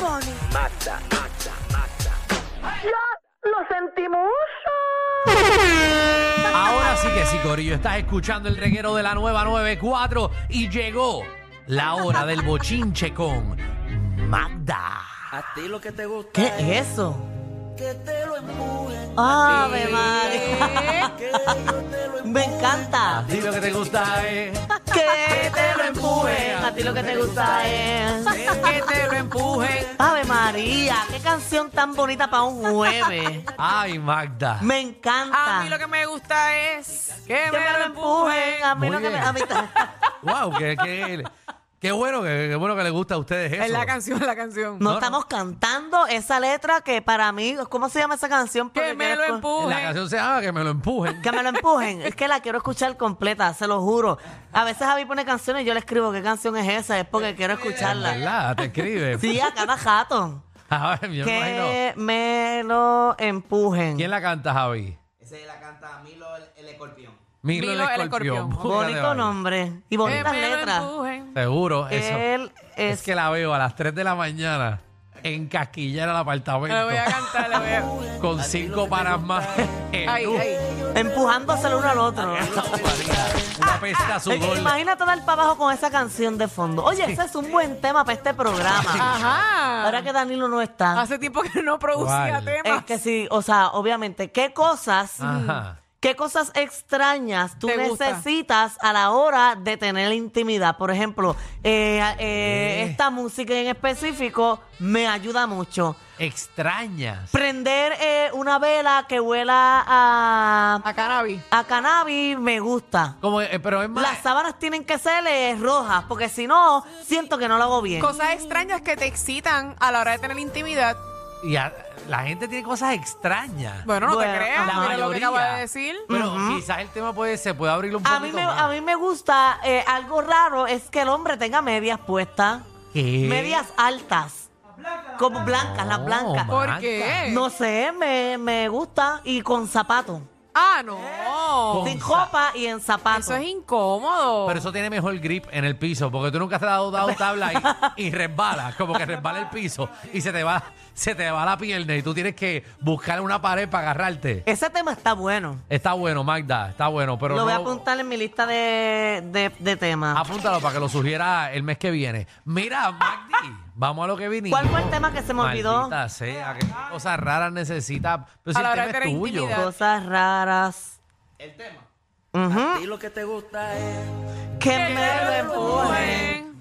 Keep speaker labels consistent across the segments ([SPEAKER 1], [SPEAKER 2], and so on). [SPEAKER 1] Morning.
[SPEAKER 2] Mata, mata, mata.
[SPEAKER 3] lo sentimos.
[SPEAKER 4] Ahora sí que sí, Corillo. Estás escuchando el reguero de la nueva 94 y llegó la hora del bochinche con Magda.
[SPEAKER 2] A ti lo que te gusta
[SPEAKER 5] ¿Qué
[SPEAKER 2] es
[SPEAKER 5] es eso?
[SPEAKER 2] que te lo empujen.
[SPEAKER 5] ¡Ave María!
[SPEAKER 2] Que yo te lo
[SPEAKER 5] Me encanta.
[SPEAKER 4] A ti lo que te gusta es
[SPEAKER 5] Que
[SPEAKER 4] te lo empujen.
[SPEAKER 5] A ti lo que te gusta es.
[SPEAKER 4] que te lo empujen.
[SPEAKER 5] ¡Ave María! ¡Qué canción tan bonita para un jueves!
[SPEAKER 4] Ay, Magda.
[SPEAKER 5] Me encanta.
[SPEAKER 1] A mí lo que me gusta es
[SPEAKER 5] Que me lo empujen. A mí
[SPEAKER 4] Muy
[SPEAKER 5] lo que me.
[SPEAKER 4] bien.
[SPEAKER 5] A mí
[SPEAKER 4] Wow, qué, qué- qué bueno, que- qué, bueno que le gusta a ustedes eso.
[SPEAKER 1] Es la canción, la canción.
[SPEAKER 5] no
[SPEAKER 4] no.
[SPEAKER 5] estamos cantando esa letra que para mí. ¿Cómo se llama esa canción? Porque
[SPEAKER 1] Que me
[SPEAKER 5] quiero
[SPEAKER 1] lo
[SPEAKER 5] escu-
[SPEAKER 1] empujen.
[SPEAKER 4] La canción se llama Que me lo empujen.
[SPEAKER 5] Que me lo empujen. Es que la quiero escuchar completa, se lo juro. A veces Javi pone canciones y yo le escribo qué canción es esa. Es porque quiero escucharla.
[SPEAKER 4] ¿Verdad? Te escribe.
[SPEAKER 5] Sí, a cada jato.
[SPEAKER 4] A ver, yo me imagino.
[SPEAKER 5] Que me lo empujen.
[SPEAKER 4] ¿Quién la canta, Javi?
[SPEAKER 6] Ese la canta Milo el, el escorpión.
[SPEAKER 4] Milo,
[SPEAKER 1] Milo
[SPEAKER 4] el
[SPEAKER 1] el
[SPEAKER 4] escorpión.
[SPEAKER 1] Escorpión.
[SPEAKER 4] Póngale,
[SPEAKER 5] Bonito
[SPEAKER 4] vaya.
[SPEAKER 5] nombre y
[SPEAKER 1] Que
[SPEAKER 5] bonitas
[SPEAKER 1] me lo
[SPEAKER 5] letras.
[SPEAKER 1] empujen.
[SPEAKER 4] Seguro, eso.
[SPEAKER 5] Él
[SPEAKER 4] Es
[SPEAKER 5] es,
[SPEAKER 4] que la veo a las 3 de la mañana en casquilla en el
[SPEAKER 1] Le voy a
[SPEAKER 4] apartamento
[SPEAKER 1] cantar, le voy a...
[SPEAKER 4] con cinco panas más. eh, en
[SPEAKER 1] Ay,
[SPEAKER 4] un-
[SPEAKER 1] ay.
[SPEAKER 5] empujándose el uno al otro.
[SPEAKER 4] Una pesta a
[SPEAKER 5] Es que
[SPEAKER 4] sudor.
[SPEAKER 5] imagínate dar para abajo con esa canción de fondo. Oye, ese es un buen tema para este programa. Ahora
[SPEAKER 1] Ajá.
[SPEAKER 5] que Danilo no está.
[SPEAKER 1] Hace tiempo que no producía
[SPEAKER 4] ¿Cuál?
[SPEAKER 5] Es
[SPEAKER 1] temas.
[SPEAKER 5] que sí, o sea, obviamente, ¿qué cosas,
[SPEAKER 4] Ajá.
[SPEAKER 5] qué cosas extrañas tú
[SPEAKER 1] ¿Te gusta?
[SPEAKER 5] necesitas a la hora de tener intimidad? Por ejemplo, eh, eh,
[SPEAKER 4] Eh.
[SPEAKER 5] esta música en específico me ayuda mucho.
[SPEAKER 4] Extrañas.
[SPEAKER 5] Prender eh, una vela que huela a,
[SPEAKER 1] A cannabis.
[SPEAKER 5] a cannabis me gusta.
[SPEAKER 4] Como, eh, pero es más.
[SPEAKER 5] Las sábanas tienen que ser eh, rojas, porque si no, siento que no lo hago bien.
[SPEAKER 1] Cosas extrañas que te excitan a la hora de tener intimidad.
[SPEAKER 4] y a- la gente tiene cosas extrañas.
[SPEAKER 1] Bueno, no
[SPEAKER 5] Bueno,
[SPEAKER 1] te creas,
[SPEAKER 4] la
[SPEAKER 1] mira lo que
[SPEAKER 4] mayoría.
[SPEAKER 1] acaba de decir.
[SPEAKER 4] Pero quizás el tema puede, se puede abrir un poquito
[SPEAKER 5] A mí, me,
[SPEAKER 4] más.
[SPEAKER 5] a mí me gusta eh, algo raro, es que el hombre tenga medias puestas,
[SPEAKER 4] ¿Qué?
[SPEAKER 5] medias altas, como blancas, las
[SPEAKER 4] No,
[SPEAKER 5] blancas.
[SPEAKER 4] ma-
[SPEAKER 1] ¿Por qué?
[SPEAKER 5] No sé, me, me gusta y con zapatos.
[SPEAKER 1] Ah, no.
[SPEAKER 4] Con
[SPEAKER 5] Sin
[SPEAKER 4] za-
[SPEAKER 5] copa y en zapatos.
[SPEAKER 1] Eso es incómodo.
[SPEAKER 4] Pero eso tiene mejor grip en el piso, porque tú nunca has dado, dado tabla y, y resbala, como que resbala el piso y se te va, se te va la pierna y tú tienes que buscar una pared para agarrarte.
[SPEAKER 5] Ese tema está bueno.
[SPEAKER 4] Está bueno, Magda, está bueno, pero
[SPEAKER 5] lo voy a
[SPEAKER 4] no-
[SPEAKER 5] apuntar en mi lista de, de- de temas.
[SPEAKER 4] apúntalo para que lo sugiera el mes que viene. Mira, Magdi, vamos a lo que vinimos.
[SPEAKER 5] ¿Cuál fue el tema que se me olvidó?
[SPEAKER 4] Maldita sea, qué cosas raras necesita. Pero
[SPEAKER 1] A
[SPEAKER 4] si el
[SPEAKER 1] la hora de
[SPEAKER 4] tema es
[SPEAKER 1] tener
[SPEAKER 4] tuyo.
[SPEAKER 1] intimidad.
[SPEAKER 5] Cosas raras.
[SPEAKER 6] El tema.
[SPEAKER 2] A ti lo que te gusta es
[SPEAKER 5] Que me lo empujen.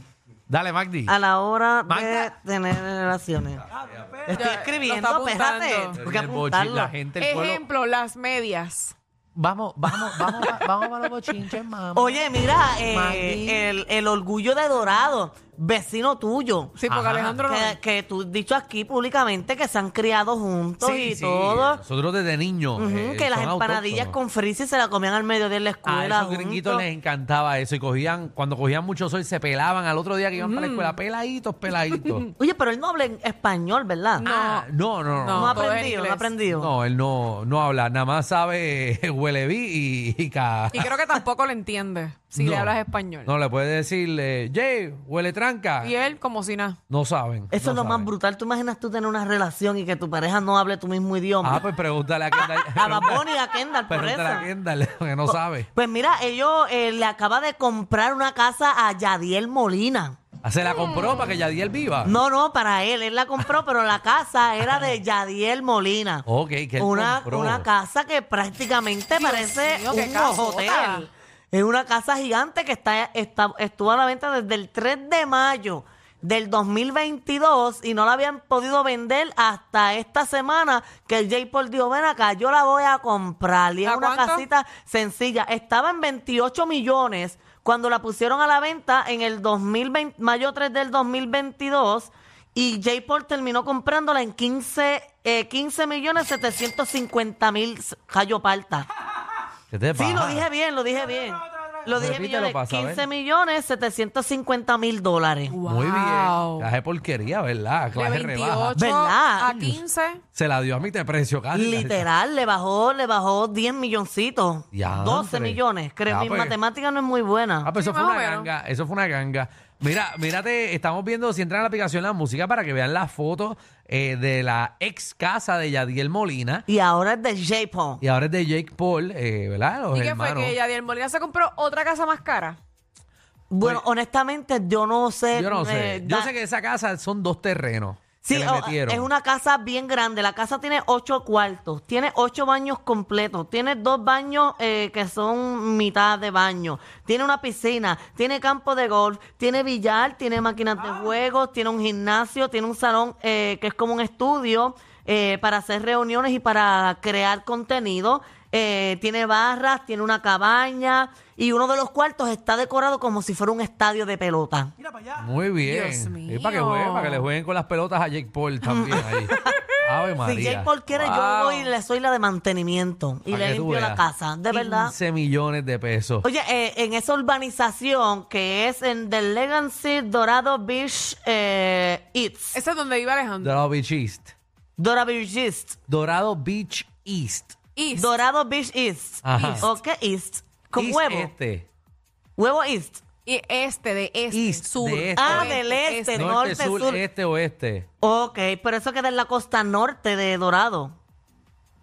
[SPEAKER 4] Dale, Magdi.
[SPEAKER 5] A la hora de
[SPEAKER 4] Magda.
[SPEAKER 5] tener relaciones.
[SPEAKER 1] Ah,
[SPEAKER 5] Estoy
[SPEAKER 1] Ya,
[SPEAKER 5] escribiendo,
[SPEAKER 1] lo está
[SPEAKER 5] espérate.
[SPEAKER 1] apuntando.
[SPEAKER 5] Tengo que
[SPEAKER 4] El bochín,
[SPEAKER 5] apuntarlo.
[SPEAKER 4] la gente, el pueblo-
[SPEAKER 1] Ejemplo, las medias.
[SPEAKER 4] Vamos, vamos, vamos, a- vamos a los bochinches, mamá.
[SPEAKER 5] Oye, mira, eh,
[SPEAKER 4] Magdi.
[SPEAKER 5] el, el orgullo de Dorado, vecino tuyo.
[SPEAKER 1] Sí, porque
[SPEAKER 4] Ajá.
[SPEAKER 1] Alejandro no.
[SPEAKER 5] Que, que tú has dicho aquí públicamente que se han criado juntos
[SPEAKER 4] Sí,
[SPEAKER 5] y
[SPEAKER 4] sí,
[SPEAKER 5] todo.
[SPEAKER 4] Nosotros desde niños.
[SPEAKER 5] Ujú,
[SPEAKER 4] eh,
[SPEAKER 5] que las
[SPEAKER 4] son
[SPEAKER 5] empanadillas
[SPEAKER 4] autóctonos.
[SPEAKER 5] con frizzy se la comían al mediodía en la
[SPEAKER 4] A
[SPEAKER 5] escuela.
[SPEAKER 4] esos gringuitos
[SPEAKER 5] juntos.
[SPEAKER 4] les encantaba eso y cogían, cuando cogían mucho sol se pelaban al otro día que iban para la escuela, peladitos, peladitos.
[SPEAKER 5] Oye, pero él no habla en español, ¿verdad?
[SPEAKER 1] No.
[SPEAKER 4] Ah, no, no,
[SPEAKER 1] No,
[SPEAKER 5] No
[SPEAKER 4] no.
[SPEAKER 5] ha
[SPEAKER 1] todo en
[SPEAKER 5] aprendido, no
[SPEAKER 1] inglés.
[SPEAKER 5] ha aprendido.
[SPEAKER 4] No, él no, no habla, nada más sabe huele vi y, y ca-
[SPEAKER 1] Y creo que tampoco lo entiende si le
[SPEAKER 4] No.
[SPEAKER 1] hablas español.
[SPEAKER 4] No, le puedes decirle, Jay, huele tranca.
[SPEAKER 1] Y él, como si nada.
[SPEAKER 4] No saben.
[SPEAKER 5] Eso es
[SPEAKER 4] no
[SPEAKER 5] lo más
[SPEAKER 4] saben.
[SPEAKER 5] brutal. ¿Tú imaginas tú tener una relación y que tu pareja no hable tu mismo idioma?
[SPEAKER 4] Ah, pues pregúntale a Kendall.
[SPEAKER 5] a Baboni y a Kendall, por
[SPEAKER 4] Pregúntale a
[SPEAKER 5] eso.
[SPEAKER 4] Kendall, que no sabe.
[SPEAKER 5] Pues mira, ellos eh, le acaba de comprar una casa a Yadiel Molina.
[SPEAKER 4] Ah, Se la compró para que Yadiel viva.
[SPEAKER 5] No, no, para él. Él la compró, pero la casa era de Yadiel Molina.
[SPEAKER 4] Ok, que él
[SPEAKER 5] una,
[SPEAKER 4] compró.
[SPEAKER 5] una casa que prácticamente parece
[SPEAKER 1] mío, qué
[SPEAKER 5] un
[SPEAKER 1] casota.
[SPEAKER 5] hotel. Es una casa gigante que está, está, estuvo a la venta desde el 3 de mayo del 2022 y no la habían podido vender hasta esta semana que el J. Paul dijo, ven acá, yo la voy a comprar. Y es
[SPEAKER 1] ¿A
[SPEAKER 5] una
[SPEAKER 1] cuánto?
[SPEAKER 5] casita sencilla. Estaba en 28 millones cuando la pusieron a la venta en el 2020, mayo 3 del 2022 y J. Paul terminó comprándola en 15, eh, 15 millones 750 mil callo palta.
[SPEAKER 4] ¿Qué te pasa?
[SPEAKER 5] Sí, lo dije bien, lo dije bien. Lo dije
[SPEAKER 4] Repítelo
[SPEAKER 5] millones,
[SPEAKER 4] para saber. Uh,
[SPEAKER 5] 15 millones 750 mil dólares.
[SPEAKER 4] Muy
[SPEAKER 1] Wow.
[SPEAKER 4] bien. Clase de porquería, ¿verdad?
[SPEAKER 1] De
[SPEAKER 4] Clase de rebaja.
[SPEAKER 1] 28
[SPEAKER 5] ¿Verdad?
[SPEAKER 1] a 15.
[SPEAKER 4] Se la dio a mitad de precio casi.
[SPEAKER 5] Literal, le bajó, le bajó 10 milloncitos.
[SPEAKER 4] Diantre.
[SPEAKER 5] 12 millones. Creo
[SPEAKER 4] Ah,
[SPEAKER 5] mi
[SPEAKER 4] pues.
[SPEAKER 5] matemática no es muy buena.
[SPEAKER 4] Ah, pero eso
[SPEAKER 1] Sí,
[SPEAKER 4] fue
[SPEAKER 1] más
[SPEAKER 4] una
[SPEAKER 1] o menos.
[SPEAKER 4] ganga. Eso fue una ganga. Mira, mírate, estamos viendo si entran a la aplicación la música para que vean las fotos eh, de la ex casa de Yadiel Molina.
[SPEAKER 5] Y ahora es de J-Pong.
[SPEAKER 4] Y ahora es de Jake Paul, eh, ¿verdad? Los
[SPEAKER 1] ¿Y qué fue?
[SPEAKER 4] hermanos.
[SPEAKER 1] Que Yadiel Molina se compró otra casa más cara.
[SPEAKER 5] Bueno, honestamente, yo no sé.
[SPEAKER 4] pues. Yo no
[SPEAKER 5] eh,
[SPEAKER 4] sé. Yo
[SPEAKER 5] da-
[SPEAKER 4] sé que esa casa son dos terrenos.
[SPEAKER 5] Sí,
[SPEAKER 4] que
[SPEAKER 1] oh,
[SPEAKER 4] le
[SPEAKER 5] o-
[SPEAKER 4] metieron.
[SPEAKER 5] es una casa bien grande. La casa tiene ocho cuartos, tiene ocho baños completos, tiene dos baños eh, que son mitad de baño, tiene una piscina, tiene campo de golf, tiene billar, tiene máquinas de juegos, tiene un gimnasio, tiene un salón eh, que es como un estudio eh, para hacer reuniones y para crear contenido. eh, tiene barras, tiene una cabaña y uno de los cuartos está decorado como si fuera un estadio de pelota.
[SPEAKER 4] Muy bien.
[SPEAKER 1] Dios
[SPEAKER 4] Y para que jueguen,
[SPEAKER 1] mío.
[SPEAKER 4] para que le jueguen con las pelotas a Jake Paul también ahí. Ave
[SPEAKER 5] Si
[SPEAKER 4] María. Ah,
[SPEAKER 5] Jay Paul quiere, yo
[SPEAKER 1] Wow.
[SPEAKER 5] voy y le soy la de mantenimiento y
[SPEAKER 4] Pa'
[SPEAKER 5] le
[SPEAKER 4] que tú
[SPEAKER 5] limpio la
[SPEAKER 4] veas.
[SPEAKER 5] casa, de verdad.
[SPEAKER 4] 15 millones de pesos.
[SPEAKER 5] Oye, eh, en esa urbanización que es en The Legacy Dorado Beach eh, Eats,
[SPEAKER 1] Ese es donde vive Alejandro.
[SPEAKER 4] Dorado Beach East.
[SPEAKER 5] Dorado Beach East,
[SPEAKER 4] Dorado Beach East.
[SPEAKER 1] East.
[SPEAKER 5] Dorado Beach East,
[SPEAKER 4] Ajá.
[SPEAKER 5] East. ¿o qué East? Con
[SPEAKER 4] East
[SPEAKER 5] huevo,
[SPEAKER 4] Este.
[SPEAKER 5] huevo East,
[SPEAKER 1] Y este, de este,
[SPEAKER 4] East,
[SPEAKER 1] sur.
[SPEAKER 4] de este.
[SPEAKER 5] Ah, del este, ¿no?
[SPEAKER 4] Norte,
[SPEAKER 5] Norte,
[SPEAKER 4] sur,
[SPEAKER 5] sur.
[SPEAKER 4] este, oeste.
[SPEAKER 5] ok, pero eso queda en la costa norte de Dorado,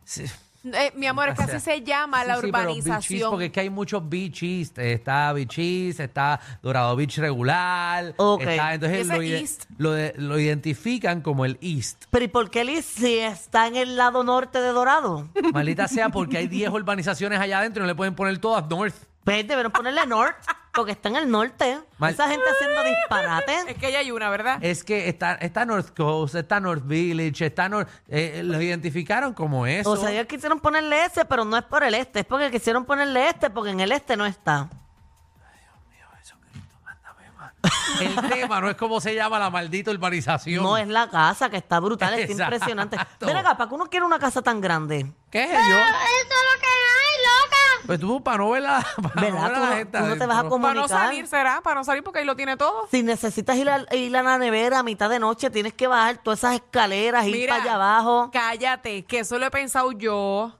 [SPEAKER 4] Sí.
[SPEAKER 1] Eh, mi amor, es que
[SPEAKER 4] O sea,
[SPEAKER 1] así se llama la
[SPEAKER 4] Sí, sí, pero Beach East,
[SPEAKER 1] urbanización.
[SPEAKER 4] porque es que hay muchos beaches. Está Beach East, está Dorado Beach regular.
[SPEAKER 5] Ok.
[SPEAKER 4] está-
[SPEAKER 1] ¿Y
[SPEAKER 4] entonces
[SPEAKER 1] ese
[SPEAKER 4] lo, ide-
[SPEAKER 1] East?
[SPEAKER 4] lo de- lo identifican como el East.
[SPEAKER 5] pero ¿y por qué el East si está en el lado norte de Dorado?
[SPEAKER 4] Maldita sea, porque hay 10 urbanizaciones allá adentro y no le pueden poner todas North.
[SPEAKER 5] Pues debieron ponerle norte, porque está en el norte,
[SPEAKER 4] Mal-
[SPEAKER 5] esa gente haciendo disparates.
[SPEAKER 1] Es que ya hay una, ¿verdad?
[SPEAKER 4] Es que está, está North Coast, está North Village, está North, eh, los identificaron como eso.
[SPEAKER 5] O sea, ellos quisieron ponerle ese, pero no es por el este, es porque quisieron ponerle este, porque en el este no está.
[SPEAKER 4] El tema no es cómo se llama la maldita urbanización.
[SPEAKER 5] No es la casa que está brutal, es
[SPEAKER 4] Exacto.
[SPEAKER 5] impresionante. Ven acá, ¿para qué uno quiere una casa tan grande?
[SPEAKER 4] ¿Qué es yo? Eso es lo que hay, loca. Pues tú, para no ver la, para no
[SPEAKER 5] ¿Verdad?
[SPEAKER 4] ver a
[SPEAKER 5] Tú
[SPEAKER 4] la
[SPEAKER 5] no-
[SPEAKER 4] gente
[SPEAKER 5] tú no te vas a
[SPEAKER 4] adentro.
[SPEAKER 1] Para no
[SPEAKER 5] comunicar.
[SPEAKER 1] salir, ¿será? Para no salir porque ahí lo tiene todo.
[SPEAKER 5] Si necesitas ir a, ir a la nevera a mitad de noche, tienes que bajar todas esas escaleras, ir
[SPEAKER 1] Mira,
[SPEAKER 5] para allá abajo.
[SPEAKER 1] Cállate, que eso lo he pensado yo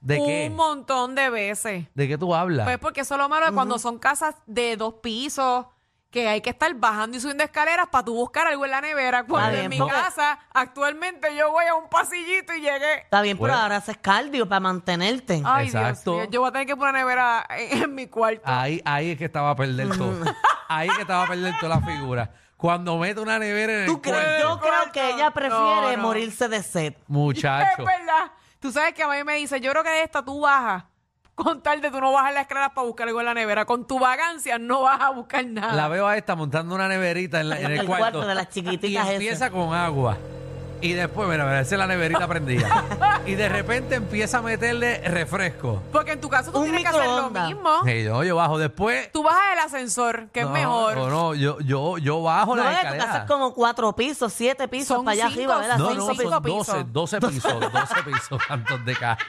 [SPEAKER 4] ¿De qué?
[SPEAKER 1] un montón de veces.
[SPEAKER 4] ¿De qué tú hablas?
[SPEAKER 1] Pues porque eso es lo malo de cuando son casas de dos pisos, que hay que estar bajando y subiendo escaleras para tú buscar algo en la nevera. Cuando
[SPEAKER 5] bien,
[SPEAKER 1] en mi
[SPEAKER 5] porque-
[SPEAKER 1] casa, actualmente yo voy a un pasillito y llegué.
[SPEAKER 5] Está bien, pero
[SPEAKER 4] Bueno.
[SPEAKER 5] ahora haces cardio para mantenerte.
[SPEAKER 1] Ay,
[SPEAKER 4] Exacto.
[SPEAKER 1] Dios mío, yo voy a tener que poner una nevera en, en mi cuarto.
[SPEAKER 4] ahí, ahí es que estaba a perder
[SPEAKER 5] Mm.
[SPEAKER 4] todo. ahí es que estaba a perder toda la figura. Cuando mete una nevera en el
[SPEAKER 5] ¿Tú crees?
[SPEAKER 4] cuarto.
[SPEAKER 5] Yo creo que ella prefiere
[SPEAKER 1] No, no.
[SPEAKER 5] morirse de sed.
[SPEAKER 4] Muchacho.
[SPEAKER 1] Es verdad. Tú sabes que a mí me dice, yo creo que de esta tú bajas. Con tal de tú no bajas las escaleras para buscar algo en la nevera. Con tu vagancia no vas a buscar nada.
[SPEAKER 4] La veo a esta montando una neverita en, la- en el,
[SPEAKER 5] El cuarto de las chiquititas
[SPEAKER 4] Y
[SPEAKER 5] esas.
[SPEAKER 4] empieza con agua. Y después, mira, mira, esa es la neverita prendida. y de repente empieza a meterle refresco.
[SPEAKER 1] Porque en tu caso tú
[SPEAKER 5] Un
[SPEAKER 1] tienes que hacer lo
[SPEAKER 5] microondas.
[SPEAKER 1] mismo.
[SPEAKER 4] Y yo, yo bajo después.
[SPEAKER 1] Tú bajas el ascensor, que
[SPEAKER 4] No,
[SPEAKER 1] es mejor.
[SPEAKER 4] No, no, yo, yo, yo bajo
[SPEAKER 5] No,
[SPEAKER 4] la
[SPEAKER 5] que tu
[SPEAKER 4] escalera.
[SPEAKER 5] casa es como cuatro pisos, siete pisos
[SPEAKER 1] Son
[SPEAKER 5] para allá
[SPEAKER 1] cinco,
[SPEAKER 5] arriba, ¿verdad?
[SPEAKER 4] No,
[SPEAKER 1] son
[SPEAKER 4] no,
[SPEAKER 1] cinco
[SPEAKER 4] son
[SPEAKER 1] pisos.
[SPEAKER 4] 12, 12 pisos, 12 pisos, tantos de acá.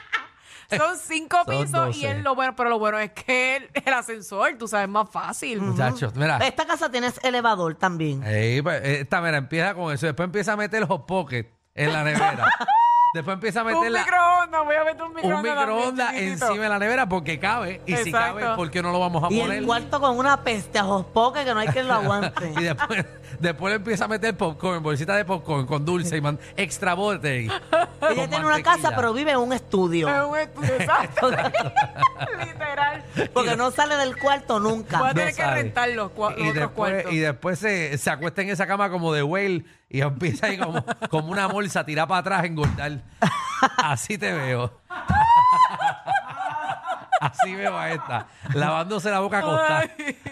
[SPEAKER 1] Son cinco
[SPEAKER 4] Son
[SPEAKER 1] pisos y
[SPEAKER 4] 12.
[SPEAKER 1] es lo bueno, pero lo bueno es que el, el ascensor, tú sabes, es más fácil.
[SPEAKER 4] Muchachos, mira.
[SPEAKER 5] Esta casa tiene elevador también.
[SPEAKER 4] Ey, pues, esta, mira, empieza con eso. Después empieza a meter los hot pockets en la nevera. después empieza a meter
[SPEAKER 1] un
[SPEAKER 4] la,
[SPEAKER 1] microondas, voy a meter un
[SPEAKER 4] un
[SPEAKER 1] microondas.
[SPEAKER 4] microondas
[SPEAKER 1] también, chiquitito.
[SPEAKER 4] encima de la nevera porque cabe. Y si
[SPEAKER 1] Exacto.
[SPEAKER 4] cabe, ¿por qué no lo vamos a
[SPEAKER 5] Y
[SPEAKER 4] poner?
[SPEAKER 5] el cuarto con una peste a jospoque que no hay quien lo aguante.
[SPEAKER 4] Y después, después le empieza a meter popcorn, bolsita de popcorn con dulce y man- extra borde.
[SPEAKER 5] Ella tiene una casa, pero vive en un
[SPEAKER 1] Es
[SPEAKER 5] estudio.
[SPEAKER 1] un estudio, exacto. Literal.
[SPEAKER 5] Porque no sale del cuarto
[SPEAKER 1] Voy a
[SPEAKER 5] nunca.
[SPEAKER 4] No
[SPEAKER 1] tener que
[SPEAKER 4] sabe.
[SPEAKER 1] rentar los, cua- los
[SPEAKER 4] Y
[SPEAKER 1] otros
[SPEAKER 4] después,
[SPEAKER 1] cuartos.
[SPEAKER 4] y después se, se acuesta en esa cama como de whale y empieza ahí como, como una bolsa, tirar para atrás, engordar. Así te veo. Así veo a esta, lavándose la boca acostada.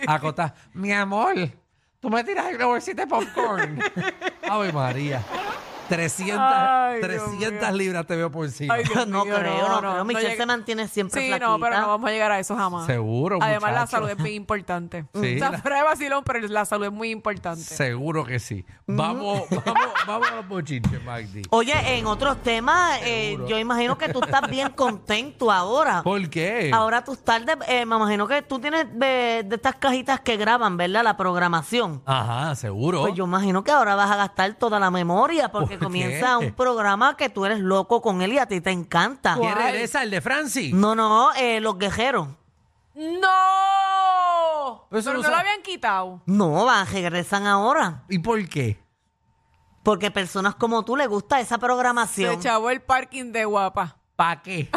[SPEAKER 4] Acostada. Mi amor, tú me tiras una bolsita de popcorn. Ave María. 300,
[SPEAKER 1] Ay, Dios
[SPEAKER 4] 300
[SPEAKER 1] mío.
[SPEAKER 4] libras te veo por encima.
[SPEAKER 1] Ay, Dios
[SPEAKER 5] No
[SPEAKER 1] mío,
[SPEAKER 5] creo, no creo. Michelle
[SPEAKER 1] llega-
[SPEAKER 5] se mantiene siempre
[SPEAKER 1] Sí,
[SPEAKER 5] flaquita.
[SPEAKER 1] no, pero no vamos a llegar a eso jamás.
[SPEAKER 4] Seguro,
[SPEAKER 1] Además, la
[SPEAKER 4] muchacho.
[SPEAKER 1] salud es bien importante.
[SPEAKER 4] Sí,
[SPEAKER 1] o sea,
[SPEAKER 4] la-
[SPEAKER 1] fuera de vacilón, pero la salud es muy importante.
[SPEAKER 4] Seguro que sí.
[SPEAKER 1] Mm.
[SPEAKER 4] Vamos, vamos, vamos a los bochinches, Magdi.
[SPEAKER 5] Oye, en otros temas, eh, yo imagino que tú estás bien contento ahora.
[SPEAKER 4] ¿Por qué?
[SPEAKER 5] Ahora tus tardes, eh, me imagino que tú tienes eh, de, de estas cajitas que graban, ¿verdad? La programación.
[SPEAKER 4] Ajá, seguro.
[SPEAKER 5] Pues yo imagino que ahora vas a gastar toda la memoria porque
[SPEAKER 4] ¿Por qué?
[SPEAKER 5] comienza un programa que tú eres loco con él y a ti te encanta.
[SPEAKER 4] ¿Quién regresa? ¿El de Francis?
[SPEAKER 5] No, no, eh, los guerreros.
[SPEAKER 1] ¡No! quitó.
[SPEAKER 4] Pero
[SPEAKER 1] Pero,
[SPEAKER 4] eso no
[SPEAKER 1] no,
[SPEAKER 4] se-
[SPEAKER 1] lo habían quitado.
[SPEAKER 5] No, va, regresan ahora.
[SPEAKER 4] ¿Y por qué?
[SPEAKER 5] Porque personas como tú le gusta esa
[SPEAKER 1] Se
[SPEAKER 5] programación.
[SPEAKER 1] echó el parking de guapa.
[SPEAKER 4] ¿Para qué?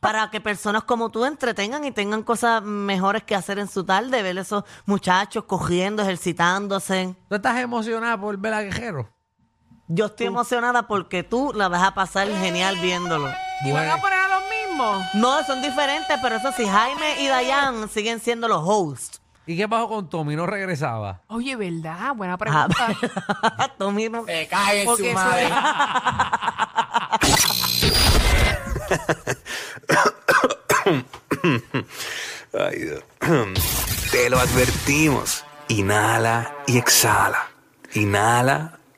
[SPEAKER 5] Para que personas como tú entretengan y tengan cosas mejores que hacer en su tarde. Ver esos muchachos cogiendo, ejercitándose.
[SPEAKER 4] ¿Tú estás emocionada por ver a Guerrero?
[SPEAKER 5] Yo estoy emocionada porque tú la vas a pasar genial viéndolo.
[SPEAKER 1] Y van
[SPEAKER 5] pues-
[SPEAKER 1] a poner a los mismos.
[SPEAKER 5] No, son diferentes, pero eso sí, Jaime y Dayan siguen siendo los hosts.
[SPEAKER 4] ¿Y qué pasó con Tommy? ¿No regresaba?
[SPEAKER 1] Oye, ¿verdad? Buena
[SPEAKER 5] Ah,
[SPEAKER 1] pregunta.
[SPEAKER 5] Tommy no-
[SPEAKER 1] Porque eso es-
[SPEAKER 7] Ay, Dios. Te lo advertimos. Inhala y exhala. Inhala